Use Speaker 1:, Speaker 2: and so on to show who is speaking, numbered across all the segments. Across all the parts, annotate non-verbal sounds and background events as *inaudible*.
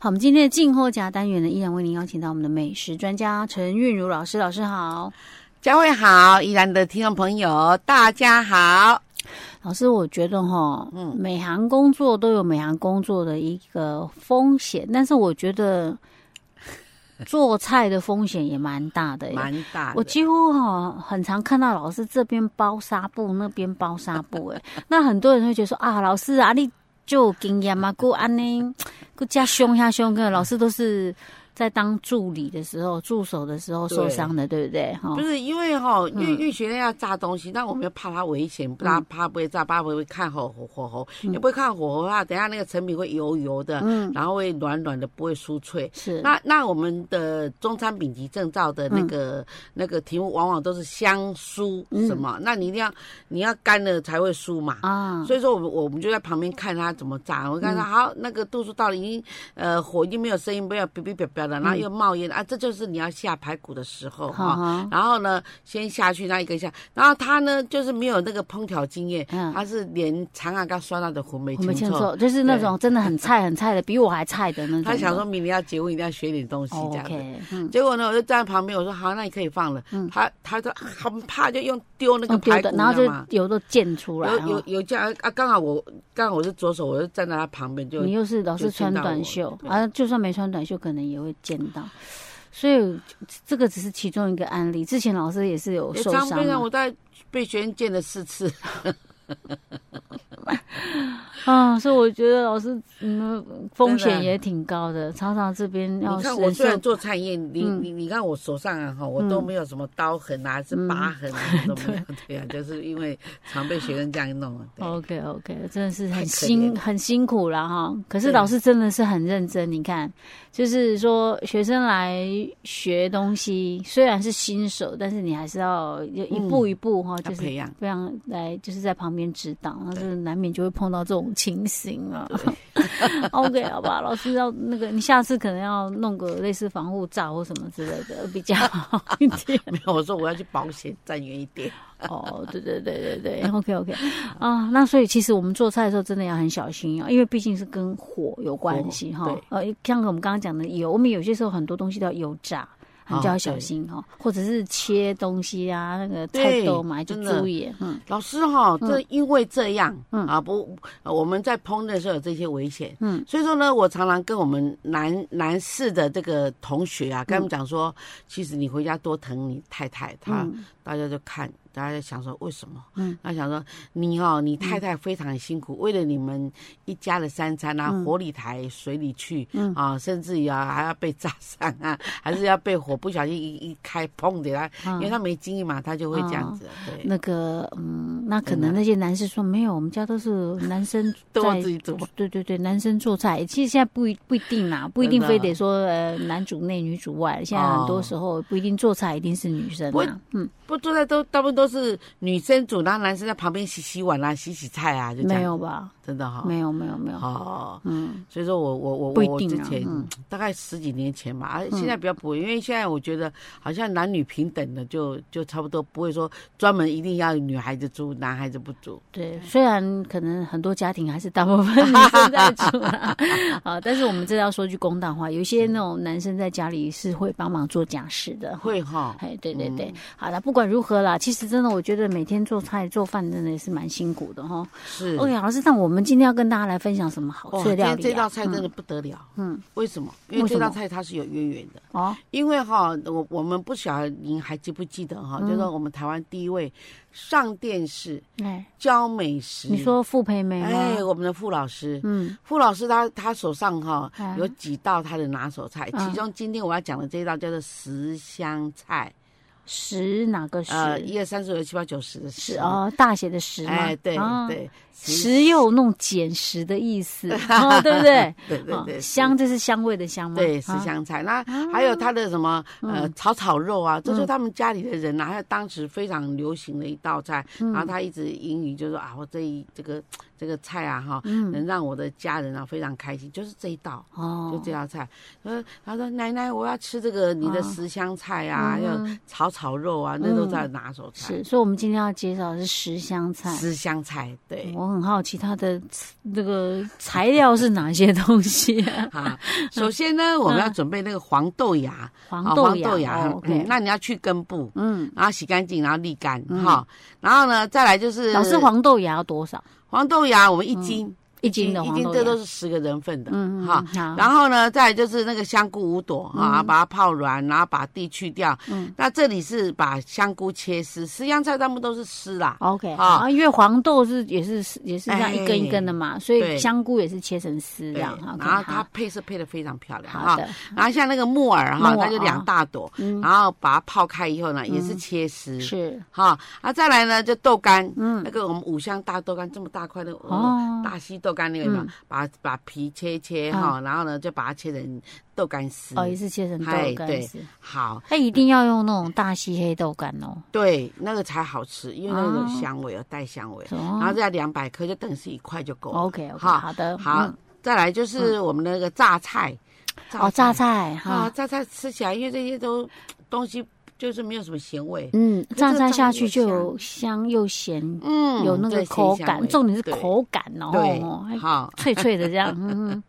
Speaker 1: 好，我们今天的静候家单元呢，依然为您邀请到我们的美食专家陈韵如老师，老师好。
Speaker 2: 佳慧好，宜兰的听众朋友大家好。
Speaker 1: 老师，我觉得哈，嗯，每行工作都有每行工作的一个风险，但是我觉得做菜的风险也 *laughs* 蛮大的耶。
Speaker 2: 蛮大的，
Speaker 1: 哎我几乎哈很常看到老师这边包纱布，那边包纱布，
Speaker 2: *laughs*
Speaker 1: 哎，那很多人会觉得说啊，老师啊，你就有经验嘛，够安呢，够加凶下凶个，老师都是在当助理的时候、助手的时候受伤的，对不对？哈
Speaker 2: 不，是因为哈、因为因为学生要炸东西，但我们又怕它危险，不怕怕不会炸，怕不会看火火火候，也不会看火候的话，等一下那个成品会油油的，
Speaker 1: 嗯
Speaker 2: 然后会软软的，不会酥脆。
Speaker 1: 是
Speaker 2: 那那我们的中餐丙级证照的那个、那个题目，往往都是香酥什么，那你一定要你要干了才会酥嘛。
Speaker 1: 啊，
Speaker 2: 所以说我们我们就在旁边看他怎么炸。我看
Speaker 1: 嗯
Speaker 2: 他好，那个度数到了，已经呃火已经没有声音，没有哔哔哔
Speaker 1: 嗯
Speaker 2: 哔的，然后又冒烟、啊，这就是你要下排骨的时候
Speaker 1: 好
Speaker 2: 哈。
Speaker 1: 好，
Speaker 2: 然后呢，先下去那一个下，然后他呢就是没有那个烹调经验，
Speaker 1: 嗯
Speaker 2: 他是连长啊刚酸辣的红梅
Speaker 1: 我们
Speaker 2: 清
Speaker 1: 清
Speaker 2: 臭，
Speaker 1: 楚，就是那种真的很菜很菜的，比我还菜的那嗯种的。
Speaker 2: 他想说明年要结婚一定要学点东西
Speaker 1: 哦
Speaker 2: 这样子。
Speaker 1: ，OK，嗯，
Speaker 2: 结果呢，我就站在旁边，我说好，那你可以放了。他他说很怕，就用丢那
Speaker 1: 哦
Speaker 2: 个
Speaker 1: 用丢
Speaker 2: 排骨，
Speaker 1: 的，然后
Speaker 2: 你知道吗
Speaker 1: 就油都溅出来。哦
Speaker 2: 有
Speaker 1: 哈
Speaker 2: 有有这样啊，刚好我刚好我是左手，我就站在他旁边，就
Speaker 1: 你又是老是穿短袖
Speaker 2: 就见到我
Speaker 1: 啊，就算没穿短袖，可能也会见到。所以这个只是其中一个案例，之前老师也是有
Speaker 2: 诶
Speaker 1: 受
Speaker 2: 常
Speaker 1: 伤
Speaker 2: 被让
Speaker 1: 的
Speaker 2: 我在被学生见了四次，
Speaker 1: 啊，所以我觉得老师嗯风
Speaker 2: 真
Speaker 1: 险
Speaker 2: 的
Speaker 1: 也挺高的，常常这边要
Speaker 2: 你看我
Speaker 1: 忍
Speaker 2: 虽然
Speaker 1: 受。嗯
Speaker 2: 做产业，你你你看我手上啊哈，我都没有什么刀痕啊，是
Speaker 1: 嗯
Speaker 2: 疤痕啊，都
Speaker 1: *laughs*
Speaker 2: 没有，对啊，就是因为常被学生这样弄啊，对
Speaker 1: OK OK，真的是
Speaker 2: 太
Speaker 1: 很
Speaker 2: 可怜
Speaker 1: 辛
Speaker 2: 了
Speaker 1: 很辛苦了哈。可是
Speaker 2: 对
Speaker 1: 老师真的是很认真，你看，就是说学生来学东西，虽然是新手，但是你还是要一一步一步哈，
Speaker 2: 嗯要
Speaker 1: 就是
Speaker 2: 培养 *laughs*
Speaker 1: 非常来就是在旁边指导，那就是难免就会碰到这种情形啊。OK，好吧，老师要那个，你下次可能要弄个类似防护罩或什么之类的比较好一
Speaker 2: *laughs*
Speaker 1: 点。
Speaker 2: 没有，我说我要去保险站远一点，
Speaker 1: 哦，对对对对
Speaker 2: *laughs*
Speaker 1: 对，OK OK，啊，那所以其实我们做菜的时候真的要很小心啊，因为毕竟是跟火有关系
Speaker 2: 火
Speaker 1: 哈。呃，像我们刚刚讲的油，我们有些时候很多东西都要油炸。你就要
Speaker 2: 哦
Speaker 1: 小
Speaker 2: 对
Speaker 1: 心哈，或者是切东西啊，那个菜
Speaker 2: 对
Speaker 1: 豆嘛，就
Speaker 2: 真的
Speaker 1: 注意，嗯，
Speaker 2: 老师哈、这因为这样、啊，不，呃我们在烹饪的时候有这些危险，
Speaker 1: 嗯
Speaker 2: 嗯，所以说呢，我常常跟我们男男士的这个同学啊，跟他们讲说，其实你回家多疼你太太，她、
Speaker 1: 嗯
Speaker 2: 大家就看，大家就想说为什么？
Speaker 1: 嗯
Speaker 2: 嗯，他想说你哦，你太太非常辛苦，为了你们一家的三餐啊，火里抬，水里去，
Speaker 1: 嗯
Speaker 2: 啊，甚至于啊还要被炸伤啊，
Speaker 1: *laughs*
Speaker 2: 还是要被火不小心一一开砰的啦，
Speaker 1: 啊
Speaker 2: 因为他没经验嘛，他就会这样
Speaker 1: 哦
Speaker 2: 子，对。
Speaker 1: 那个，嗯，那可
Speaker 2: 真的
Speaker 1: 能那些男士说没有，我们家都是男生
Speaker 2: *laughs* 都我
Speaker 1: 在
Speaker 2: 自己做
Speaker 1: 对对对，男生做菜，其实现在不一不一定
Speaker 2: *laughs*
Speaker 1: 啦，不一定
Speaker 2: 真的
Speaker 1: 非得说呃男主内女主外，现在很多时候不一定做菜一定是女生
Speaker 2: 哦不
Speaker 1: 啊，嗯，
Speaker 2: 不做菜都大部分都是女生煮，然后男生在旁边洗洗碗啦、洗洗菜啊，就这样。
Speaker 1: 没有吧？
Speaker 2: 真的哈、
Speaker 1: 没有没有没有，
Speaker 2: 哦，
Speaker 1: 嗯，
Speaker 2: 所以说我我我
Speaker 1: 不一
Speaker 2: 我我
Speaker 1: 定
Speaker 2: 之
Speaker 1: 啊
Speaker 2: 前、
Speaker 1: 嗯
Speaker 2: 大概十几年前吧，啊，现在比较不会，因为现在我觉得好像男女平等的就就差不多，不会说专门一定要女孩子煮，男孩子不煮。
Speaker 1: 对，虽然可能很多家庭还是大部分女生在煮啦，
Speaker 2: *laughs*
Speaker 1: 啊，但是我们真的要说句公道话，有一些那种男生在家里是会帮忙做家事的，
Speaker 2: 会哈、
Speaker 1: 哎，对对
Speaker 2: 嗯
Speaker 1: 对，好了，不管如何啦，其实真的，我觉得每天做菜做饭真的也是蛮辛苦的哈。
Speaker 2: 是。
Speaker 1: OK，老师，那我们今天要跟大家来分享什么好
Speaker 2: 哇
Speaker 1: 吃的
Speaker 2: 今
Speaker 1: 料
Speaker 2: 天
Speaker 1: 理、
Speaker 2: 这
Speaker 1: 啊
Speaker 2: 道？菜真的不得了，
Speaker 1: 嗯，
Speaker 2: 为什么？因
Speaker 1: 为
Speaker 2: 为
Speaker 1: 什
Speaker 2: 这道
Speaker 1: 么
Speaker 2: 菜它是有渊源的，
Speaker 1: 哦，
Speaker 2: 因为哈，我我们不晓得您还记不记得哈，
Speaker 1: 嗯
Speaker 2: 就是说我们台湾第一位上电视
Speaker 1: 哎，
Speaker 2: 教美食。
Speaker 1: 你说傅培梅吗？
Speaker 2: 嗯哎，我们的傅老师，
Speaker 1: 嗯，
Speaker 2: 傅老师他他手上哈、
Speaker 1: 啊
Speaker 2: 有几道他的拿手菜，
Speaker 1: 啊
Speaker 2: 其中今天我要讲的这一道叫做十香菜，
Speaker 1: 十哪个十？
Speaker 2: 呃，一二三四五六七八九十的
Speaker 1: 是
Speaker 2: 十。
Speaker 1: 哦，大写的十嘛。
Speaker 2: 哎，对
Speaker 1: 啊。
Speaker 2: 对，
Speaker 1: 十又有那种捡拾的意思，哦、对不对？
Speaker 2: *laughs* 对对
Speaker 1: 哦
Speaker 2: 对，
Speaker 1: 香这是香味的香吗？
Speaker 2: 对，十
Speaker 1: 啊，嗯
Speaker 2: 香菜。那还有它的什么呃炒炒肉啊，这是他们家里的人呐，
Speaker 1: 嗯
Speaker 2: 啊还有当时非常流行的一道菜。然后他一直英语就说啊，我这一这个这个菜啊哈，
Speaker 1: 嗯
Speaker 2: 能让我的家人啊非常开心，就是这一道，
Speaker 1: 哦，
Speaker 2: 就这道菜。呃，他说奶奶，我要吃这个你的
Speaker 1: 哦
Speaker 2: 十香菜啊，要
Speaker 1: 嗯
Speaker 2: 炒炒肉啊，那都在拿手菜。
Speaker 1: 是，所以我们今天要介绍的是十香菜。
Speaker 2: 十香菜，对。
Speaker 1: 我很好奇它的那个材料是哪些东西、啊？
Speaker 2: 啊，首先呢，我们要准备那个黄豆芽，
Speaker 1: 嗯黄
Speaker 2: 啊
Speaker 1: 豆
Speaker 2: 黄
Speaker 1: 芽，
Speaker 2: 豆芽，
Speaker 1: 哦
Speaker 2: 嗯
Speaker 1: OK，，
Speaker 2: 那你要去根部，
Speaker 1: 嗯，
Speaker 2: 然后洗干净，然后沥干，哈。然后呢，再来就是
Speaker 1: 老师黄豆芽要多少？
Speaker 2: 黄豆芽，我们一斤
Speaker 1: 一斤的
Speaker 2: 一
Speaker 1: 黄
Speaker 2: 斤
Speaker 1: 豆
Speaker 2: 这
Speaker 1: 芽
Speaker 2: 都，是十个人份的，
Speaker 1: 嗯嗯，
Speaker 2: 哈
Speaker 1: 嗯。好，
Speaker 2: 然后呢，再来就是那个香菇五朵啊，把它泡软，然后把地去掉。
Speaker 1: 嗯
Speaker 2: 那这里是把香菇切丝，十样菜大部分都是丝啦。
Speaker 1: OK
Speaker 2: 啊
Speaker 1: 啊，因为黄豆是也是也是这样一根一根的嘛，所
Speaker 2: 哎对
Speaker 1: 以香菇也是切成丝这
Speaker 2: 对，
Speaker 1: 样。OK，
Speaker 2: 然后它
Speaker 1: 好
Speaker 2: 配色配的非常漂亮
Speaker 1: 好
Speaker 2: 哈。
Speaker 1: 的，
Speaker 2: 然后像那个木耳哈，
Speaker 1: 木耳
Speaker 2: 它就两大朵，
Speaker 1: 嗯
Speaker 2: 然后把它泡开以后呢，也是切丝。
Speaker 1: 是
Speaker 2: 哈，啊，再来呢就豆干，
Speaker 1: 嗯
Speaker 2: 那个我们五香大豆干这么大块的，哦，
Speaker 1: 哦，
Speaker 2: 大溪豆干那个有没有
Speaker 1: 嗯
Speaker 2: 把把皮切一切哈，然后呢就把它切成豆干丝。
Speaker 1: 哦也是切成豆
Speaker 2: 嗯嗨
Speaker 1: 干
Speaker 2: 对
Speaker 1: 丝，
Speaker 2: 好，
Speaker 1: 它一定要用那种大溪黑豆干哦。
Speaker 2: 对，那个才好吃，因为那个有
Speaker 1: 哦
Speaker 2: 香味，有带香味。然后
Speaker 1: 哦
Speaker 2: 再来两百克，就等于是一块就够了。
Speaker 1: ，OK OK，
Speaker 2: 哈
Speaker 1: 好的，
Speaker 2: 好
Speaker 1: 嗯，
Speaker 2: 再来就是我们的那个榨菜，
Speaker 1: 哦，榨菜
Speaker 2: 啊，
Speaker 1: 哈，
Speaker 2: 榨菜吃起来，因为这些都东西就是没有什么咸味，
Speaker 1: 嗯，榨
Speaker 2: 这
Speaker 1: 菜
Speaker 2: 个榨
Speaker 1: 下
Speaker 2: 菜
Speaker 1: 去
Speaker 2: 有
Speaker 1: 就有香又咸，
Speaker 2: 嗯
Speaker 1: 有那个
Speaker 2: 对
Speaker 1: 口
Speaker 2: 咸香
Speaker 1: 感
Speaker 2: 味，
Speaker 1: 重点是
Speaker 2: 对
Speaker 1: 口感哦，哦还
Speaker 2: 对，好，
Speaker 1: 脆脆的这样，嗯嗯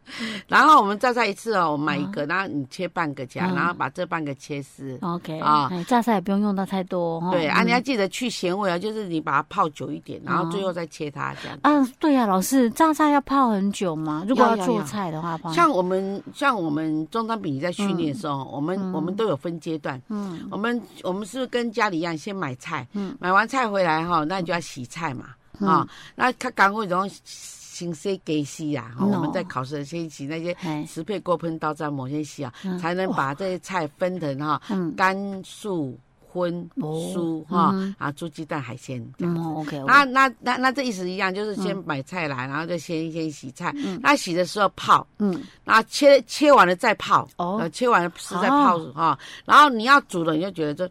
Speaker 2: 然后我们榨菜一次哦，我买一个，然后你切半个夹，
Speaker 1: 嗯
Speaker 2: 然后把这半个切丝。
Speaker 1: ，OK
Speaker 2: *laughs* 啊
Speaker 1: 哎榨菜也不用用到太多哦，
Speaker 2: 对啊，
Speaker 1: 嗯哦
Speaker 2: 你要记得去咸味啊，就是你把它泡久一点，然后最后再切它这样。
Speaker 1: 啊，对呀、老师，榨菜要泡很久吗？如果
Speaker 2: 要
Speaker 1: 要
Speaker 2: 要
Speaker 1: 做
Speaker 2: 要
Speaker 1: 菜的话，泡
Speaker 2: 像我们像我们中餐比在训练的时候，我们我们都有分阶段。
Speaker 1: 嗯
Speaker 2: 我们我们是不是跟家里一样，先买菜，
Speaker 1: 嗯
Speaker 2: 买完菜回来哈，那你就要洗菜嘛，啊，那他赶快然后行些给洗呀，哈
Speaker 1: 嗯哦
Speaker 2: 我们在考试的先洗那些
Speaker 1: 嘿
Speaker 2: 瓷配锅喷刀蘸抹先洗啊，
Speaker 1: 嗯
Speaker 2: 才能把这些菜分成哈 *laughs*
Speaker 1: 嗯
Speaker 2: 干素荤
Speaker 1: 哦
Speaker 2: 蔬哈
Speaker 1: 嗯
Speaker 2: 啊猪鸡蛋海鲜这样
Speaker 1: 嗯
Speaker 2: 子。
Speaker 1: ，OK，
Speaker 2: 那那那那这意思一样，就是先买菜来，然后就先先洗菜。那洗的时候泡，
Speaker 1: 嗯
Speaker 2: 然后啊切切完了再泡，
Speaker 1: 哦
Speaker 2: 呃，切完了是再泡哈、然后你要煮了，你就觉得这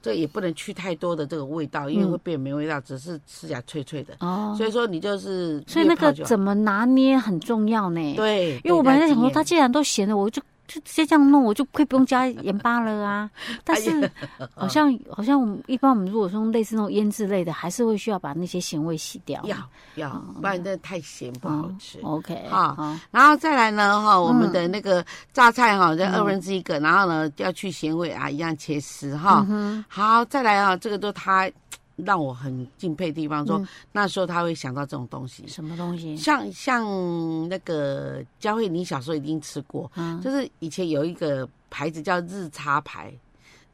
Speaker 2: 这也不能去太多的这个味道，因为
Speaker 1: 嗯
Speaker 2: 会变没味道，只是吃起来脆脆的。
Speaker 1: 哦，
Speaker 2: 所以说你就是
Speaker 1: 所以那
Speaker 2: 略泡
Speaker 1: 个
Speaker 2: 就好
Speaker 1: 怎么拿捏很重要呢。，
Speaker 2: 对，
Speaker 1: 因为我本来在想说，它
Speaker 2: 它
Speaker 1: 既然都咸了，我就就直接这样弄，我就可以不用加盐巴了
Speaker 2: *laughs*
Speaker 1: 啊。但
Speaker 2: 哎
Speaker 1: *laughs* 是
Speaker 2: 嗯
Speaker 1: 好像好像我们一般我们如果说类似那种腌制类的，还是会需要把那些咸味洗掉。嗯
Speaker 2: 要要，
Speaker 1: 哦
Speaker 2: 不然真的太咸不好吃。
Speaker 1: OK，嗯
Speaker 2: 啊
Speaker 1: 好，
Speaker 2: 然后再来呢，哈，我们的那个榨菜
Speaker 1: 嗯
Speaker 2: 哈，这二分之一个，然后呢要去咸味啊，一样切丝哈。
Speaker 1: 嗯
Speaker 2: 好，再来啊，这个都他让我很敬佩的地方，
Speaker 1: 嗯
Speaker 2: 说那时候他会想到这种东西。
Speaker 1: 什么东西？
Speaker 2: 像像那个佳慧，你小时候一定吃过，
Speaker 1: 嗯
Speaker 2: 就是以前有一个牌子叫日叉牌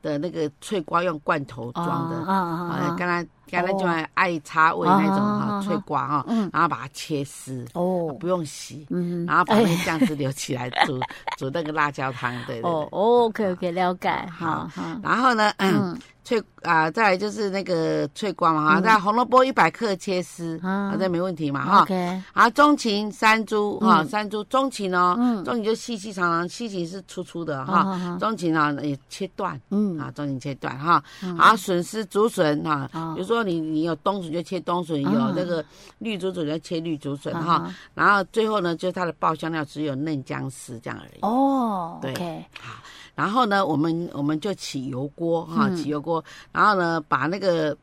Speaker 2: 的那个脆瓜，用罐头装的，
Speaker 1: 啊啊
Speaker 2: 啊，
Speaker 1: 啊
Speaker 2: 刚才刚才
Speaker 1: 哦
Speaker 2: 就爱叉味那种
Speaker 1: 啊啊
Speaker 2: 哈
Speaker 1: 啊
Speaker 2: 脆瓜哈
Speaker 1: 嗯，
Speaker 2: 然后把它切丝，
Speaker 1: 哦，
Speaker 2: 不用洗，
Speaker 1: 嗯，
Speaker 2: 然后把那个酱汁留起来煮煮那个辣椒汤，对对
Speaker 1: 哦
Speaker 2: 对。
Speaker 1: ，OK OK，了解，
Speaker 2: 好
Speaker 1: 好好，
Speaker 2: 然后呢，嗯，
Speaker 1: 嗯
Speaker 2: *clears throat* 脆啊，再来就是那个脆瓜嘛哈，再来红萝卜一百克切丝，
Speaker 1: 啊
Speaker 2: 啊，这没问题嘛哈。
Speaker 1: ，OK，
Speaker 2: 啊，中芹、山猪哈，
Speaker 1: 嗯
Speaker 2: 山猪中芹哦，
Speaker 1: 嗯
Speaker 2: 中芹就细细长长，细芹是粗粗的
Speaker 1: 好
Speaker 2: 哈，
Speaker 1: 好好，
Speaker 2: 中芹啊也切断
Speaker 1: 嗯，
Speaker 2: 啊，中芹切断哈，
Speaker 1: 嗯
Speaker 2: 啊，笋丝、竹笋哈，
Speaker 1: 啊
Speaker 2: 比如说你你有冬笋就切冬笋，有
Speaker 1: 啊
Speaker 2: 那个绿竹笋就切绿竹笋哈，
Speaker 1: 啊
Speaker 2: 然后最后呢，就是它的爆香料只有嫩姜丝这样而已。
Speaker 1: 哦
Speaker 2: 对
Speaker 1: ，OK，
Speaker 2: 然后呢，我们我们就起油锅哈，
Speaker 1: 嗯
Speaker 2: 起油锅，然后呢，把那个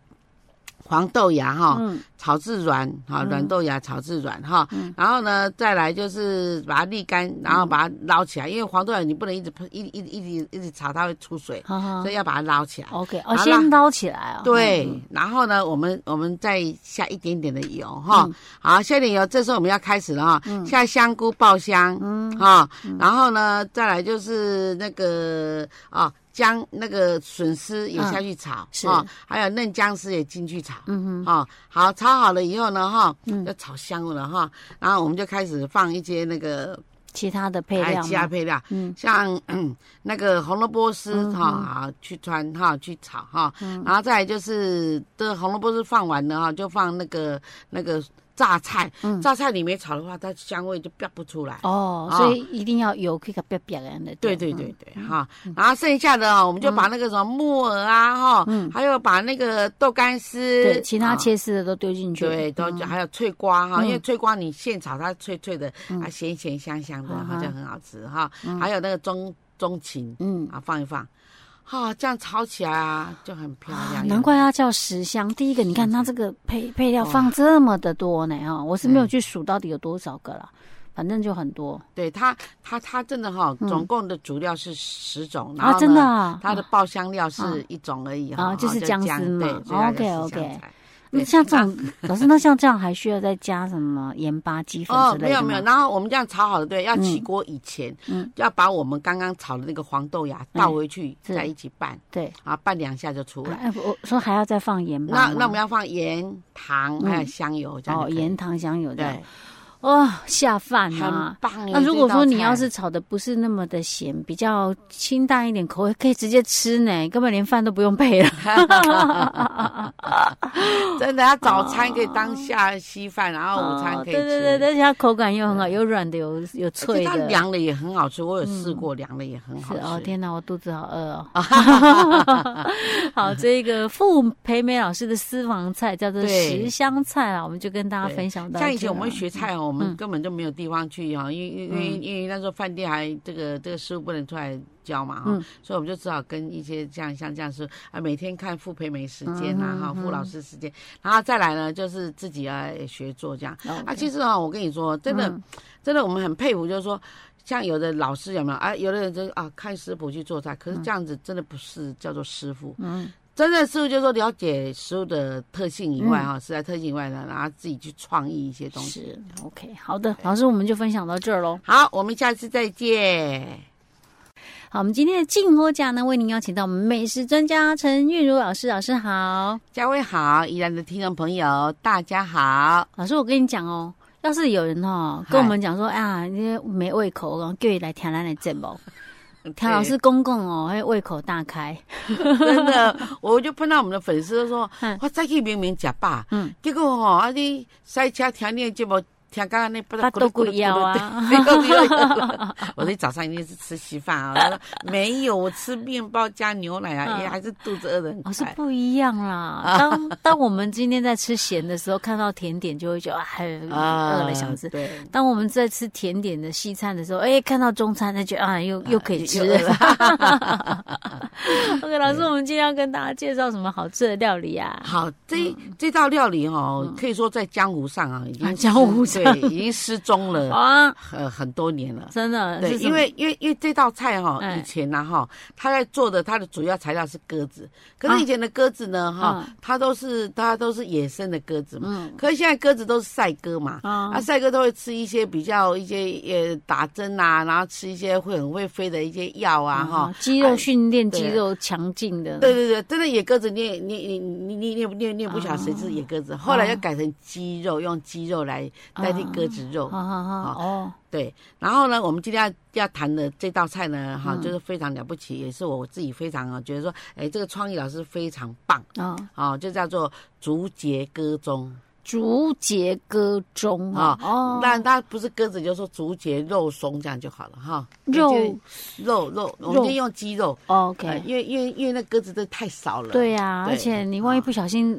Speaker 2: 黄豆芽哈，
Speaker 1: 嗯
Speaker 2: 炒至软哈，软豆芽炒至软哈，然后呢，再来就是把它沥干，然
Speaker 1: 嗯
Speaker 2: 后把它捞起来，因为黄豆芽你不能一直喷，一一一直一直炒，它会出水，
Speaker 1: 好好
Speaker 2: 所以要把它捞起来。
Speaker 1: 嗯，OK，
Speaker 2: 好
Speaker 1: 哦，
Speaker 2: 啦
Speaker 1: 先捞起来哦，
Speaker 2: 对
Speaker 1: 嗯，
Speaker 2: 然后呢，我们我们再下一点点的油哈，
Speaker 1: 嗯
Speaker 2: 好，下一点油，这时候我们要开始了哈，下香菇爆香，嗯哈，然后呢，再来就是那个啊，姜那个笋丝也下去炒，
Speaker 1: 嗯是
Speaker 2: 啊还有嫩姜丝也进去炒，
Speaker 1: 嗯
Speaker 2: 哈、好，炒好了以后呢，哈、要炒香了哈，然后我们就开始放一些那个
Speaker 1: 其他的配
Speaker 2: 哎
Speaker 1: 料
Speaker 2: 其他
Speaker 1: 吗，
Speaker 2: 配料，
Speaker 1: 嗯
Speaker 2: 像 *clears throat* 嗯那个红萝卜丝哈，好去穿哈去炒
Speaker 1: 嗯
Speaker 2: 哈，然后再来就是这红萝卜丝放完了哈，就放那个那个榨菜，榨菜你没炒的话，它香味就飙不出来。
Speaker 1: 嗯哦，嗯所以一定要有可以个别别人的。
Speaker 2: 啊对对对对，哈，然后剩下的哦，我们
Speaker 1: 嗯
Speaker 2: 就把那个什么木耳啊，哈，还有把那个豆干丝
Speaker 1: 对，，其他
Speaker 2: 啊
Speaker 1: 切嗯丝的都丢进去。
Speaker 2: 对，都还有脆瓜哈，因为脆瓜你现炒它脆脆的，啊，咸咸香香的，
Speaker 1: 嗯
Speaker 2: 好
Speaker 1: 哼
Speaker 2: 像很好吃哈。还有那个中中芹
Speaker 1: 嗯，
Speaker 2: 啊，放一放，哈，这样炒起来啊就很漂亮。
Speaker 1: 难怪它叫十香。第一个，你看它这个配配
Speaker 2: 哦
Speaker 1: 料放这么的多呢啊！我
Speaker 2: 嗯
Speaker 1: 是没有去数到底有多少个啦，反正就很多
Speaker 2: 对它它它真的哈，总共的主料是十种，然
Speaker 1: 嗯啊，
Speaker 2: 后
Speaker 1: 真的
Speaker 2: 呢，
Speaker 1: 啊。
Speaker 2: 它的爆香料是
Speaker 1: 啊
Speaker 2: 一种而已
Speaker 1: 啊
Speaker 2: 哈，
Speaker 1: 就是
Speaker 2: 哈
Speaker 1: 姜丝嘛
Speaker 2: 对所以它就是
Speaker 1: OK，OK
Speaker 2: 香菜
Speaker 1: 那
Speaker 2: 对
Speaker 1: 嗯像这种 *laughs* 老师，那像这样还需要再加什么盐巴、鸡粉
Speaker 2: 哦
Speaker 1: 之，类
Speaker 2: 没
Speaker 1: 的
Speaker 2: 有
Speaker 1: 吗
Speaker 2: 没有，然后我们这样炒好的，对，要起
Speaker 1: 嗯
Speaker 2: 锅以前，
Speaker 1: 嗯哎
Speaker 2: 要把我们刚刚炒的那个黄豆芽倒回去，
Speaker 1: 是
Speaker 2: 再一起拌，
Speaker 1: 对，
Speaker 2: 啊，拌两下就出来。
Speaker 1: 哎，我说还要再放盐巴
Speaker 2: 那
Speaker 1: 吗。
Speaker 2: 那我们要放盐、糖还有香油，这样
Speaker 1: 嗯哦，
Speaker 2: 就可以
Speaker 1: 盐糖香油的
Speaker 2: 对，
Speaker 1: 哦，下饭
Speaker 2: 很
Speaker 1: 啊！
Speaker 2: 棒耶。
Speaker 1: 那如果
Speaker 2: 这道
Speaker 1: 说你
Speaker 2: 菜
Speaker 1: 要是炒的不是那么的咸，比较清淡一点口味，可以直接吃呢，根本连饭都不用配了。
Speaker 2: *laughs* 真的，它早餐可以当 *laughs* 下稀饭，然后午餐可以吃。
Speaker 1: 哦对对对，对而且它口感又很好，有软的，有有
Speaker 2: 而且
Speaker 1: 脆
Speaker 2: 它
Speaker 1: 的。
Speaker 2: 凉了也很好吃，我有试过，凉了也很好
Speaker 1: 是哦，
Speaker 2: 吃。
Speaker 1: 天哪，我肚子好饿
Speaker 2: *laughs*
Speaker 1: 哦。好，这个傅培梅老师的私房菜叫做
Speaker 2: 对
Speaker 1: 十香菜啊，我们就跟大家
Speaker 2: 对
Speaker 1: 分享到这了。
Speaker 2: *laughs* 像以前我们学菜哦，我们
Speaker 1: 嗯
Speaker 2: 根本就没有地方去哈，因为因为因为那时候饭店还这个这个师傅不能出来教嘛哈
Speaker 1: 嗯，
Speaker 2: 所以我们就只好跟一些像像这样师傅啊，每天看傅培梅时间呐
Speaker 1: 嗯
Speaker 2: 哈，
Speaker 1: 哼
Speaker 2: 傅老师时间，然后再来呢就是自己要学做这样。啊，
Speaker 1: OK，
Speaker 2: 其实啊，我跟你说，真的，
Speaker 1: 嗯
Speaker 2: 真的，我们很佩服，就是说，像有的老师有没有啊？有的人就是啊，看师傅去做菜，可是这样子真的不是叫做师傅，
Speaker 1: 嗯
Speaker 2: 真的师傅就是说了解食物的特性以
Speaker 1: 嗯
Speaker 2: 外哈、食材特性以外呢，然后自己去创意一些东西。
Speaker 1: 是 OK，好的，老师我们就分享到这儿喽。
Speaker 2: 好，我们下次再见。
Speaker 1: 好，我们今天的静候家呢，为您邀请到我们美食专家陈韵如老师，老师好，
Speaker 2: 嘉威好，宜兰的听众朋友大
Speaker 1: *laughs*
Speaker 2: 家好。
Speaker 1: 老师我跟你讲哦，要是有人哦跟我们讲说，哎呀，你这没胃口，然后叫你来听咱的节
Speaker 2: *laughs*
Speaker 1: 目，听老师公公哦，哎，胃口大开，
Speaker 2: 对真的，我就碰到我们的粉丝都说
Speaker 1: 嗯，
Speaker 2: 我再去明明假爸，
Speaker 1: 嗯
Speaker 2: 结果吼、啊你塞车听你的节目，听刚刚那不
Speaker 1: 巴肚骨腰啊，
Speaker 2: *laughs* 咕噜咕噜咕噜
Speaker 1: *laughs*
Speaker 2: 咕噜我说你早上一定是吃稀饭啊，他说没有，我吃面包加牛奶啊，
Speaker 1: 嗯
Speaker 2: 也还是肚子饿的很
Speaker 1: 老师
Speaker 2: 快。
Speaker 1: 不一样
Speaker 2: *laughs*
Speaker 1: 啦。当当我们今天在吃咸的时候，看到甜点就会觉得哎，
Speaker 2: 啊
Speaker 1: 饿了想吃。
Speaker 2: 嗯对，
Speaker 1: 当我们在吃甜点的西餐的时候，哎，看到中餐，那就啊，又又可以吃
Speaker 2: 又饿
Speaker 1: 了。OK，老师，我们今天要跟大家介绍什么好吃的料理啊？
Speaker 2: 好，这这道料理哦，可以说在江湖上啊，已经
Speaker 1: 嗯啊江湖
Speaker 2: 失
Speaker 1: 上
Speaker 2: 对已经失踪了
Speaker 1: 啊，
Speaker 2: 呃很多年了。
Speaker 1: 真的，
Speaker 2: 对，
Speaker 1: 呃是什
Speaker 2: 因
Speaker 1: 么
Speaker 2: 为因为因为这道菜哈、
Speaker 1: 哎
Speaker 2: 以前呢、哈，它在做的它的主要材料是鸽子，可
Speaker 1: 啊
Speaker 2: 是以前的鸽子呢哈、
Speaker 1: 嗯
Speaker 2: 它都是它都是野生的鸽子嘛，
Speaker 1: 嗯
Speaker 2: 可是现在鸽子都是赛鸽嘛，
Speaker 1: 啊
Speaker 2: 啊，赛鸽都会吃一些比较一些呃打针啊，然后吃一些会很会飞的一些药啊哈。
Speaker 1: 啊肌肉训练、
Speaker 2: 对
Speaker 1: 肌肉强劲的，
Speaker 2: 对对对，真的野鸽子，你也你你你你你也不你也你也不晓得
Speaker 1: 啊
Speaker 2: 谁是野鸽子，后来又改成鸡肉，用鸡肉来代
Speaker 1: 啊
Speaker 2: 替鸽子肉。
Speaker 1: 好好
Speaker 2: 啊
Speaker 1: 好哦，
Speaker 2: 对，然后呢，我们今天要要谈的这道菜呢，哈，
Speaker 1: 嗯
Speaker 2: 就是非常了不起，也是我自己非常啊觉得说，哎，这个创意老师非常棒
Speaker 1: 啊，
Speaker 2: 啊，就叫做竹节鸽中
Speaker 1: 竹节歌中啊，哦，
Speaker 2: 那它不是鸽子，就说竹节肉松这样就好了哈。
Speaker 1: 肉
Speaker 2: 肉肉，我们就用鸡肉，呃
Speaker 1: 哦 OK，
Speaker 2: 因为因为因为那鸽子真的太少了。
Speaker 1: 对呀，
Speaker 2: 对啊
Speaker 1: 而且你万一不小心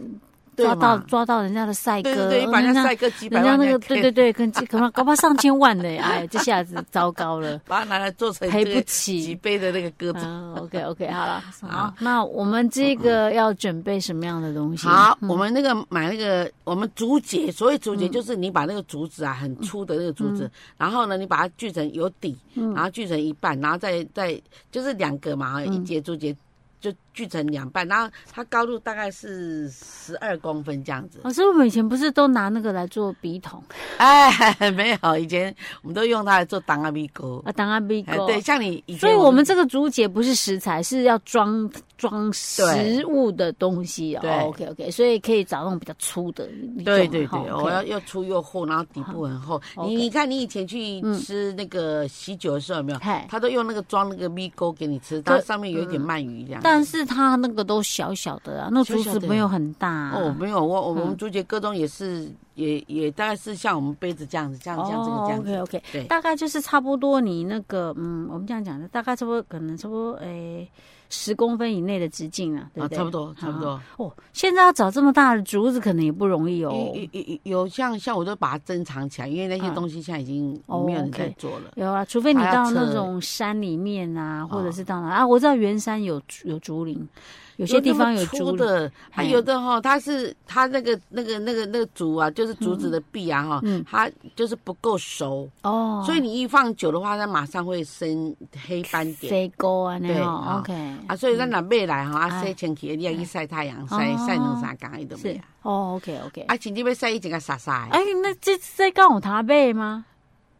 Speaker 2: 对
Speaker 1: 抓到
Speaker 2: 嘛
Speaker 1: 抓到人家的赛鸽
Speaker 2: 对，对对，你把人家
Speaker 1: 人
Speaker 2: 晒个几百
Speaker 1: 人家
Speaker 2: 万，
Speaker 1: 那个
Speaker 2: 人家
Speaker 1: 对对对，跟 *laughs* 可能搞不好上千万呢，哎，这下子糟糕了，
Speaker 2: 把它拿来做成
Speaker 1: 赔
Speaker 2: 这
Speaker 1: 不
Speaker 2: 个几
Speaker 1: 起。
Speaker 2: 倍的那个鸽子。
Speaker 1: 嗯，OK OK，好
Speaker 2: *laughs*
Speaker 1: 了，
Speaker 2: 啊
Speaker 1: 好，那我们这个要准备什么样的东西？
Speaker 2: 好，我们那个买那个，我们竹节，所谓竹
Speaker 1: 嗯
Speaker 2: 节就是你把那个竹子啊，很粗的那个竹子，然后呢，你把它锯成有底，
Speaker 1: 嗯
Speaker 2: 然后锯成一半，然后再再就是两个嘛，哈一节竹节就锯成两半，然后它高度大概是十二公分这样子。
Speaker 1: 老师，我们以前不是都拿那个来做笔筒
Speaker 2: 哎，没有，以前我们都用它来做当阿米钩。
Speaker 1: 啊，当阿笔
Speaker 2: 哎，
Speaker 1: 钩？
Speaker 2: 对，像你以前，
Speaker 1: 所以我们这个竹节不是食材，是要装装食物的东西哦
Speaker 2: 对。
Speaker 1: OK OK，所以可以找那种比较粗的。你
Speaker 2: 对
Speaker 1: 用
Speaker 2: 对
Speaker 1: 了哈
Speaker 2: 对，
Speaker 1: OK
Speaker 2: 我要又粗又厚，然后底部很厚。你
Speaker 1: OK
Speaker 2: 你看，你以前去
Speaker 1: 嗯
Speaker 2: 吃那个喜酒的时候，有没有？
Speaker 1: 嗨
Speaker 2: 他都用那个装那个米糕给你吃，它
Speaker 1: 哎对嗯
Speaker 2: 上面有一点鳗鱼这样。
Speaker 1: 但是它那个都小小的啊，那竹
Speaker 2: 小小
Speaker 1: 子
Speaker 2: 的
Speaker 1: 没有很大啊、
Speaker 2: 哦哦，没有，我我我们
Speaker 1: 嗯
Speaker 2: 竹节各种也是也也大概是像我们杯子这样子，这样这样这个
Speaker 1: 哦
Speaker 2: 这样子。
Speaker 1: ，OK OK，
Speaker 2: 对
Speaker 1: 大概就是差不多你那个，嗯，我们这样讲的，大概差不多可能差不多诶十公分以内的直径啊，对不
Speaker 2: 啊，
Speaker 1: 对？
Speaker 2: 差不多，差不
Speaker 1: 好。
Speaker 2: 多。
Speaker 1: 哦，现在要找这么大的竹子可能也不容易哦。
Speaker 2: 有有有有像像我都把它珍藏起来，因为那些
Speaker 1: 嗯
Speaker 2: 东西现在已经
Speaker 1: 哦
Speaker 2: 没有人
Speaker 1: OK
Speaker 2: 在做了。
Speaker 1: 有啊，除非你
Speaker 2: 还要
Speaker 1: 到那
Speaker 2: 扯
Speaker 1: 种山里面啊，或者
Speaker 2: 哦
Speaker 1: 是到哪啊？我知道圆山有竹有竹林，有
Speaker 2: 有
Speaker 1: 些地
Speaker 2: 那么
Speaker 1: 方有哎
Speaker 2: 粗
Speaker 1: 竹林。
Speaker 2: 的，还
Speaker 1: 嘿
Speaker 2: 有的哈，它是它那个那个那个那个竹啊，就是竹子的壁啊哈
Speaker 1: 嗯，
Speaker 2: 它就是不够熟，
Speaker 1: 哦，
Speaker 2: 所以你一放久的话，它马上会生黑斑点。
Speaker 1: 飞沟啊那
Speaker 2: 对
Speaker 1: 种
Speaker 2: 啊
Speaker 1: ，OK
Speaker 2: 啊，所以咱若买来吼，啊
Speaker 1: 哎
Speaker 2: 洗清气，你要去晒太阳，晒
Speaker 1: 哦
Speaker 2: 晒两三工伊都
Speaker 1: 是
Speaker 2: 袂啊。
Speaker 1: 哦，OK OK。
Speaker 2: 啊，甚至要晒一整个晒晒。
Speaker 1: 哎，那这次在刚好台北吗？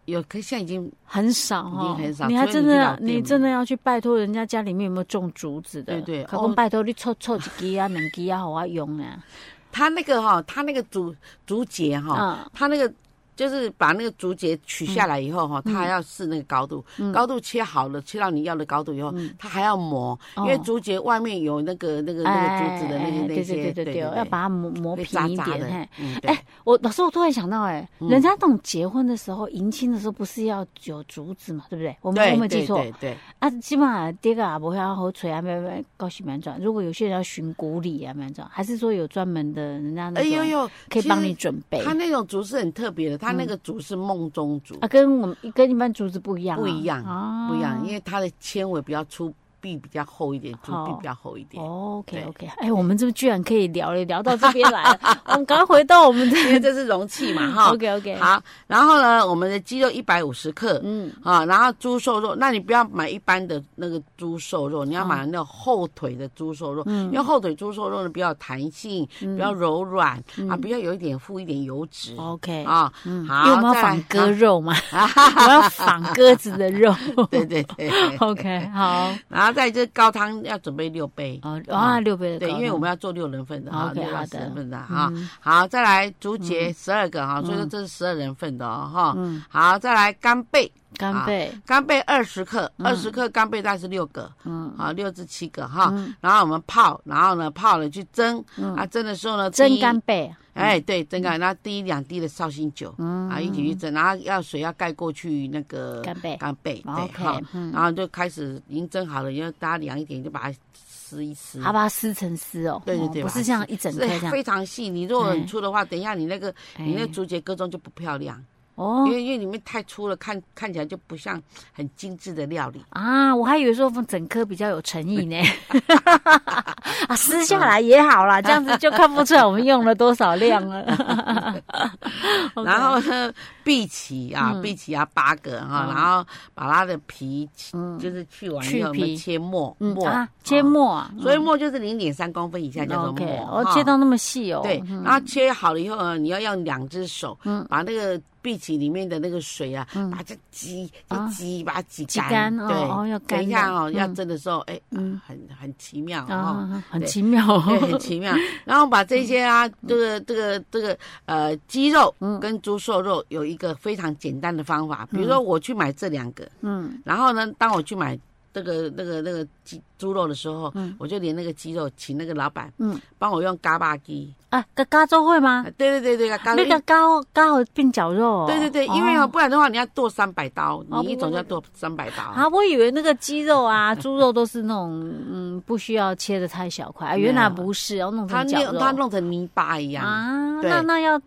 Speaker 2: 有，可现在已经
Speaker 1: 很少哈
Speaker 2: 已经很，少
Speaker 1: 你还
Speaker 2: 除非
Speaker 1: 真
Speaker 2: 你
Speaker 1: 的
Speaker 2: 去
Speaker 1: 要
Speaker 2: 老店
Speaker 1: 你真的要去拜托人家家里面有没有种竹子的？
Speaker 2: 对对
Speaker 1: 可
Speaker 2: 哦
Speaker 1: 公拜托你凑凑几支啊，两支啊，好啊用啊。
Speaker 2: 它那个哈，它那个竹竹节哈，
Speaker 1: 嗯，
Speaker 2: 它那个。就是把那个竹节取下来以后哈，
Speaker 1: 嗯
Speaker 2: 它还要试那个高度，高度切好了，切到你要的高度以后，它还要磨，因为
Speaker 1: 嗯哦
Speaker 2: 竹节外面有那个那个那个竹子的那
Speaker 1: 哎哎哎
Speaker 2: 个那
Speaker 1: 对
Speaker 2: 些，
Speaker 1: 对对对对，要把它磨磨
Speaker 2: 会
Speaker 1: 平一
Speaker 2: 渣渣
Speaker 1: 点。
Speaker 2: 的
Speaker 1: 嘿，
Speaker 2: 嗯，对
Speaker 1: 哎，我老师，我突然想到，哎，
Speaker 2: 嗯
Speaker 1: 人家那种结婚的时候，迎亲的时候不是要有竹子嘛，对不对？我们
Speaker 2: 对
Speaker 1: 我没有记错
Speaker 2: 对对，对
Speaker 1: 啊，起码这个啊，不会要好吹啊，没没告诉蛮转。如果有些人要寻古礼啊，蛮转，还是说有专门的人家那
Speaker 2: 哎呦
Speaker 1: 种
Speaker 2: 呦，
Speaker 1: 可以
Speaker 2: 其
Speaker 1: 帮
Speaker 2: 实
Speaker 1: 你嗯准备
Speaker 2: 它那种竹是很特别的，它那个竹是梦中竹，
Speaker 1: 啊，跟我们跟一般竹子不一样啊，
Speaker 2: 不一样
Speaker 1: 啊，
Speaker 2: 不一样，因为它的纤维比较粗，壁比较厚一点，竹
Speaker 1: 好哦
Speaker 2: 壁比较厚一点。
Speaker 1: OK
Speaker 2: 对
Speaker 1: OK，哎，我们这么居然可以聊了，聊到这边来
Speaker 2: *laughs*
Speaker 1: 了，我们赶快回到我们的
Speaker 2: 因为这是容器
Speaker 1: *laughs*
Speaker 2: 嘛，哈。
Speaker 1: OK OK，
Speaker 2: 好，然后呢，我们的鸡肉一百五十克，
Speaker 1: 嗯，
Speaker 2: 啊，然后猪瘦肉，那你不要买一般的那个猪瘦肉，你要买那种后腿的猪瘦肉，
Speaker 1: 嗯
Speaker 2: 因为后腿猪瘦肉呢比较有弹性，比较柔软啊，比较有一点富一点油脂
Speaker 1: 嗯 OK，
Speaker 2: 啊。
Speaker 1: 嗯，
Speaker 2: 好
Speaker 1: 因为我们要
Speaker 2: 再来
Speaker 1: 仿鸽肉嘛， *laughs* 我要仿鸽子的肉。
Speaker 2: *laughs* 啊对对对，
Speaker 1: *laughs* OK，好，
Speaker 2: 然后再就是高汤要准备六杯。
Speaker 1: 哦，哇，六倍的
Speaker 2: 啊对，
Speaker 1: 高
Speaker 2: 因为
Speaker 1: 汤
Speaker 2: 我们要做六人份的哈，
Speaker 1: OK，
Speaker 2: 六
Speaker 1: 好
Speaker 2: 到十
Speaker 1: 的嗯
Speaker 2: 人份的哈。好，再来竹节十二个哈，所以说这是十二人份的哦哈。
Speaker 1: 嗯
Speaker 2: 好，再来干贝，
Speaker 1: 干贝，
Speaker 2: 干贝二十克，二十克干贝大概是六个，
Speaker 1: 嗯，
Speaker 2: 好六至七个哈。然后我们泡，然后呢泡了去蒸，啊蒸的时候呢
Speaker 1: 嗯蒸，
Speaker 2: 第
Speaker 1: 干嗯
Speaker 2: 一
Speaker 1: 贝，
Speaker 2: 哎对蒸干，然后滴一两滴的绍兴酒，啊一起去蒸，然后要水要盖过去那个
Speaker 1: 嗯干贝
Speaker 2: 干贝对
Speaker 1: OK，嗯
Speaker 2: 哈，然后就开始已经蒸好了，因为大家凉一点就把它撕一撕，
Speaker 1: 它把它撕成丝哦，
Speaker 2: 嗯对对
Speaker 1: 哦
Speaker 2: 对
Speaker 1: 不
Speaker 2: 把它
Speaker 1: 是这样一整颗
Speaker 2: 是
Speaker 1: 这样，
Speaker 2: 非常细。你如果
Speaker 1: 哎
Speaker 2: 很粗的话，等一下你那个你那
Speaker 1: 哎
Speaker 2: 个竹节割中就不漂亮，
Speaker 1: 哦
Speaker 2: 因为因为里面太粗了，看看起来就不像很精致的料理。
Speaker 1: 啊，我还以为说整颗比较有诚意
Speaker 2: *laughs*
Speaker 1: 呢，啊，撕下来也好
Speaker 2: 嗯
Speaker 1: 啦，这样子就看不出来我们用了多少量了。OK 嗯
Speaker 2: 然后 *laughs* 呢，碧琪啊，碧琪啊，八个哈，然后把它的皮起就是去完以
Speaker 1: 哦嗯去
Speaker 2: 后，我们
Speaker 1: 皮
Speaker 2: 切末
Speaker 1: 嗯
Speaker 2: 末
Speaker 1: 啊，切。
Speaker 2: 啊
Speaker 1: 末啊，
Speaker 2: 所以末就是零点三公分以下叫做
Speaker 1: OK，
Speaker 2: 末，
Speaker 1: 哦，
Speaker 2: 哈
Speaker 1: 切到那么细哦，
Speaker 2: 啊对，然后切好了以后呢，你要用两只手，
Speaker 1: 嗯
Speaker 2: 把那个碧琪里面的那个水啊，把它挤，
Speaker 1: 啊
Speaker 2: 就挤，把它挤
Speaker 1: 挤
Speaker 2: 干。
Speaker 1: 干哦哦要
Speaker 2: 对，等一
Speaker 1: 干
Speaker 2: 下
Speaker 1: 的
Speaker 2: 哦，要
Speaker 1: 嗯
Speaker 2: 蒸的时候，哎，
Speaker 1: 嗯
Speaker 2: 啊很很奇妙
Speaker 1: *laughs*
Speaker 2: 哦。
Speaker 1: 啊，很
Speaker 2: 对
Speaker 1: 奇妙哦，
Speaker 2: 对，很奇妙。然后把这些
Speaker 1: 嗯
Speaker 2: 啊，这个这个这个呃，鸡肉跟猪瘦肉有一个非常简单的方法，比如说我去买这两个，
Speaker 1: *laughs* 嗯，
Speaker 2: 然后呢，当我去买这个那个那个鸡猪肉的时候，我就连那个鸡肉请那个老板，
Speaker 1: 嗯
Speaker 2: 帮我用嘎巴鸡，
Speaker 1: 啊，加加州会吗
Speaker 2: 啊？对对对对，嘎巴
Speaker 1: 那
Speaker 2: 鸡
Speaker 1: 个高高变绞肉哦，
Speaker 2: 对对对，因为
Speaker 1: 哦
Speaker 2: 哦，不然的话你要剁三百刀，
Speaker 1: 哦
Speaker 2: 你一
Speaker 1: 不
Speaker 2: 种
Speaker 1: 不
Speaker 2: 要剁三百刀。
Speaker 1: 啊，我以为那个鸡肉
Speaker 2: *laughs*
Speaker 1: 啊、猪肉都是那种嗯，不需要切的太小块，啊原来
Speaker 2: 没有
Speaker 1: 不是，要弄
Speaker 2: 它
Speaker 1: 成绞
Speaker 2: 弄
Speaker 1: 肉
Speaker 2: 它弄成泥巴一样啊，
Speaker 1: 啊。
Speaker 2: 对
Speaker 1: 那那要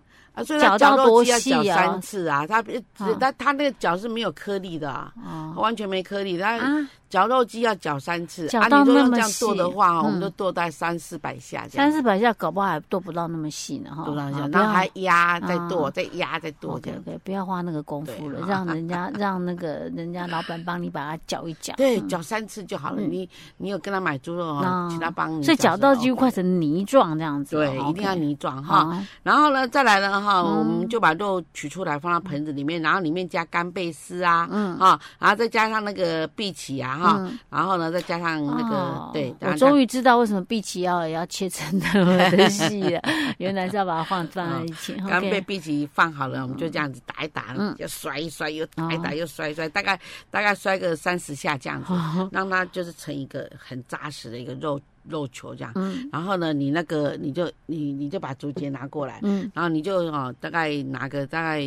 Speaker 2: 所以它
Speaker 1: 搅到
Speaker 2: 绞肉
Speaker 1: 多
Speaker 2: 机要
Speaker 1: 细
Speaker 2: 绞
Speaker 1: 啊
Speaker 2: 三次啊，它
Speaker 1: 啊
Speaker 2: 它它那个绞是没有颗粒的啊，
Speaker 1: 哦
Speaker 2: 完全没颗粒。它
Speaker 1: 啊，
Speaker 2: 绞肉机要绞三次，
Speaker 1: 绞
Speaker 2: 啊，
Speaker 1: 到
Speaker 2: 你如
Speaker 1: 那
Speaker 2: 果用
Speaker 1: 么
Speaker 2: 这样剁的
Speaker 1: 细
Speaker 2: 话，我
Speaker 1: 嗯
Speaker 2: 们就剁大概三四百下这
Speaker 1: 三
Speaker 2: 样，
Speaker 1: 四百下搞不好还剁不到那么细呢哈。
Speaker 2: 剁到
Speaker 1: 啊
Speaker 2: 下，
Speaker 1: 不
Speaker 2: 然
Speaker 1: 要
Speaker 2: 后还压再
Speaker 1: 啊
Speaker 2: 剁，再压再剁
Speaker 1: OK 嗯
Speaker 2: 这样。
Speaker 1: OK，不要花那个功夫
Speaker 2: 对
Speaker 1: 了，
Speaker 2: 啊
Speaker 1: 让人
Speaker 2: *laughs*
Speaker 1: 家让那个人家老板帮你把它搅一搅。
Speaker 2: 对，绞三次就好了。你你有跟他买猪肉哦
Speaker 1: 嗯啊，
Speaker 2: 请他帮你，
Speaker 1: 所以搅到几
Speaker 2: 就
Speaker 1: 乎快成泥状这样子哦。
Speaker 2: 对，一定要
Speaker 1: OK
Speaker 2: 泥状哈。
Speaker 1: 好。
Speaker 2: 然后呢，再来呢哈，
Speaker 1: 嗯
Speaker 2: 我们就把肉取出
Speaker 1: 嗯
Speaker 2: 来放到盆子里面，然后里面加干贝丝啊，嗯啊，然后再加上那个碧琪啊哈，然后呢再加上那个
Speaker 1: 哦
Speaker 2: 对，
Speaker 1: 我终
Speaker 2: 于
Speaker 1: 于知道为什么碧琪要也要切成
Speaker 2: *laughs*
Speaker 1: 的的细了，原来是要把它放放在一起。
Speaker 2: 哦刚被
Speaker 1: OK，嗯
Speaker 2: 碧琪放好了，我们就这样子打一打，就摔一摔，又打一打，又摔一摔，大概大概摔个三十下这样
Speaker 1: 哦
Speaker 2: 子，让它就是成一个很扎实的一个肉肉球这样。
Speaker 1: *laughs* 嗯
Speaker 2: 然后呢，你那个你就你你就把竹节拿过来，
Speaker 1: 嗯，
Speaker 2: 然后你就哦，大概拿个大概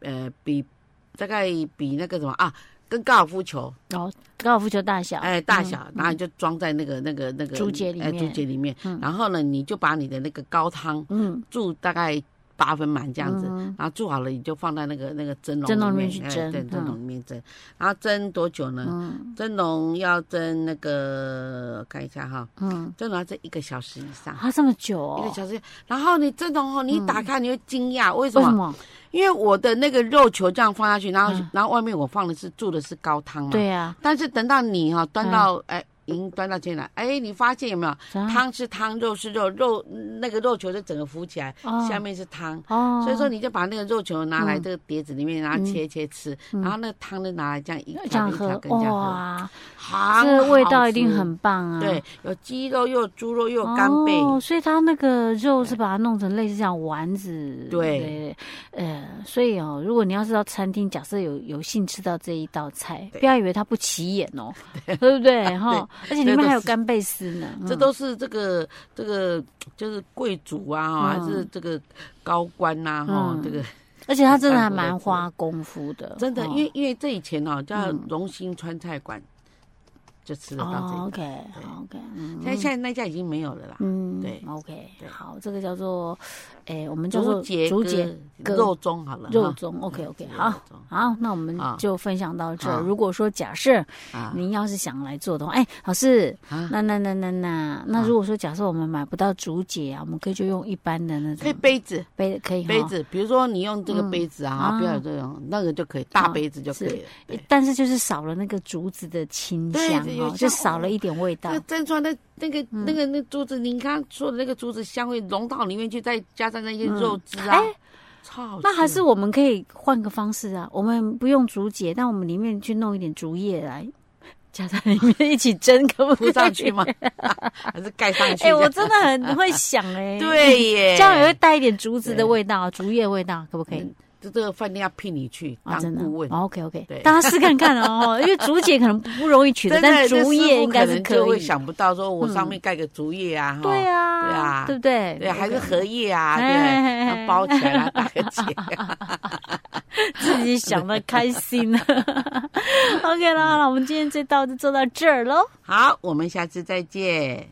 Speaker 2: 呃比大概比那个什么啊，跟高尔夫球
Speaker 1: 哦，高尔夫球大小，
Speaker 2: 哎大小，然后你就装在那个那个那个
Speaker 1: 嗯竹节里
Speaker 2: 哎竹
Speaker 1: 面
Speaker 2: 节里面，然后呢，你就把你的那个高汤
Speaker 1: 嗯，
Speaker 2: 注大概八分满这样子。
Speaker 1: 嗯
Speaker 2: 然后注好了，你就放在那个那个蒸笼
Speaker 1: 蒸笼里面
Speaker 2: 面
Speaker 1: 去
Speaker 2: 哎
Speaker 1: 蒸
Speaker 2: 对，蒸笼
Speaker 1: 嗯
Speaker 2: 里面蒸。然后蒸多久呢？
Speaker 1: 嗯
Speaker 2: 蒸笼要蒸那个，看一下哈，
Speaker 1: 嗯，
Speaker 2: 蒸笼要蒸一个小时以上，
Speaker 1: 啊，这么久哦嗯
Speaker 2: 一个？小时。然后你蒸笼哦，你一打开你会惊讶，为什
Speaker 1: 为什
Speaker 2: 么？
Speaker 1: 么？
Speaker 2: 因为我的那个肉球这样放下去，然后、
Speaker 1: 嗯
Speaker 2: 然后外面我放的是注的是高汤嘛。
Speaker 1: 对。啊嗯呀，
Speaker 2: 但是等到你哈、端到哎、已经端到进来，哎，你发现有没有？
Speaker 1: 怎样
Speaker 2: 汤是汤，肉是肉，肉那个肉球就整个浮起来，
Speaker 1: 哦
Speaker 2: 下面是汤。
Speaker 1: 哦，
Speaker 2: 所以说，你就把那个肉球拿来
Speaker 1: 嗯
Speaker 2: 这个碟子里面，然后
Speaker 1: 嗯
Speaker 2: 切切吃，然后那个汤就拿来这样一
Speaker 1: 这
Speaker 2: 条
Speaker 1: 样
Speaker 2: 一
Speaker 1: 喝
Speaker 2: 条跟这样喝，
Speaker 1: 哇，
Speaker 2: 好
Speaker 1: 这味道
Speaker 2: 好
Speaker 1: 一定
Speaker 2: 吃
Speaker 1: 很棒啊！
Speaker 2: 对，有鸡肉，又有猪肉，又有干贝，
Speaker 1: 哦，所以它那个肉是把它弄成类似像丸子。
Speaker 2: 对
Speaker 1: 对，呃，所以哦，如果你要是到餐厅，假设有有幸吃到这一道菜，不要以为它不起眼哦，对不对？
Speaker 2: *laughs*
Speaker 1: 哈，而且里面还有干贝丝呢。
Speaker 2: 这
Speaker 1: 嗯
Speaker 2: 都是这个这个就是贵族啊，哈
Speaker 1: 嗯
Speaker 2: 还是这个高官呐，哈
Speaker 1: 嗯，
Speaker 2: 这个
Speaker 1: 而且它真的还蛮花功夫的，
Speaker 2: 真的，
Speaker 1: 哦
Speaker 2: 因为因为这以前哦叫
Speaker 1: 嗯
Speaker 2: 荣兴川菜馆，就吃得到这
Speaker 1: 哦，OK
Speaker 2: 个，
Speaker 1: OK，嗯
Speaker 2: 现在现在那家已经没有了啦。
Speaker 1: 嗯，
Speaker 2: 对
Speaker 1: ，OK，
Speaker 2: 对
Speaker 1: 好，这个叫做，哎，我们叫做
Speaker 2: 竹节
Speaker 1: 竹节
Speaker 2: 跟
Speaker 1: 跟
Speaker 2: 肉粽好了，
Speaker 1: 肉
Speaker 2: 哈
Speaker 1: 粽，OK OK，
Speaker 2: 竹节
Speaker 1: 好
Speaker 2: 肉粽
Speaker 1: 好，那我们
Speaker 2: 啊
Speaker 1: 就分享到这儿。
Speaker 2: 啊
Speaker 1: 如果说假设
Speaker 2: 啊
Speaker 1: 您要是想来做的话，哎，老师，
Speaker 2: 啊，
Speaker 1: 那那那那那那，如果说假设我们买不到竹节啊，我们可以就用一般的那
Speaker 2: 可以
Speaker 1: 种
Speaker 2: 杯子
Speaker 1: 杯，可以哈哎
Speaker 2: 杯，子，比如说你用这个杯子啊，
Speaker 1: 啊
Speaker 2: 不要有这种那个就可以，大杯子就可以了。对
Speaker 1: 但是就是少了那个竹子的清
Speaker 2: 对
Speaker 1: 香
Speaker 2: 对有
Speaker 1: 哦，
Speaker 2: 像
Speaker 1: 就少了一点味道
Speaker 2: 那。蒸出来的那个
Speaker 1: 嗯
Speaker 2: 那个那竹子，你刚刚说的那个竹子香味融到里面去，再加上那些肉汁啊
Speaker 1: 哎，
Speaker 2: 超好吃
Speaker 1: 那还是我们可以换个方式啊，我们不用竹节，但我们里面去弄一点竹叶来加在里面一起蒸， *laughs* 可不可以
Speaker 2: 铺上去吗？还是盖上去？
Speaker 1: 哎、我真的很会想哎、
Speaker 2: *laughs* 对耶，
Speaker 1: 这样也会带一点竹子的味道，竹叶味道，可不可以？
Speaker 2: 嗯这这个饭店要聘你去
Speaker 1: 啊，
Speaker 2: 当
Speaker 1: 真的
Speaker 2: 顾问。
Speaker 1: ，OK OK，
Speaker 2: 对
Speaker 1: 大家试看看哦，因为竹节可能不容易取得，
Speaker 2: 真的
Speaker 1: 但
Speaker 2: 这
Speaker 1: 竹
Speaker 2: 师
Speaker 1: 叶
Speaker 2: 傅
Speaker 1: 应该
Speaker 2: 可
Speaker 1: 是
Speaker 2: 能
Speaker 1: 可
Speaker 2: 就会
Speaker 1: 以。
Speaker 2: 想不到，说我上面盖个竹叶啊，哈
Speaker 1: 对啊，
Speaker 2: 对啊
Speaker 1: 对不对？
Speaker 2: 对，还是荷叶啊，对，
Speaker 1: 哎
Speaker 2: 然后包起来啦，打个结。
Speaker 1: *laughs*
Speaker 2: *laughs*
Speaker 1: 自己想的开心 *laughs* OK 啦，那我们今天这道就做到这儿喽。
Speaker 2: 好，我们下次再见。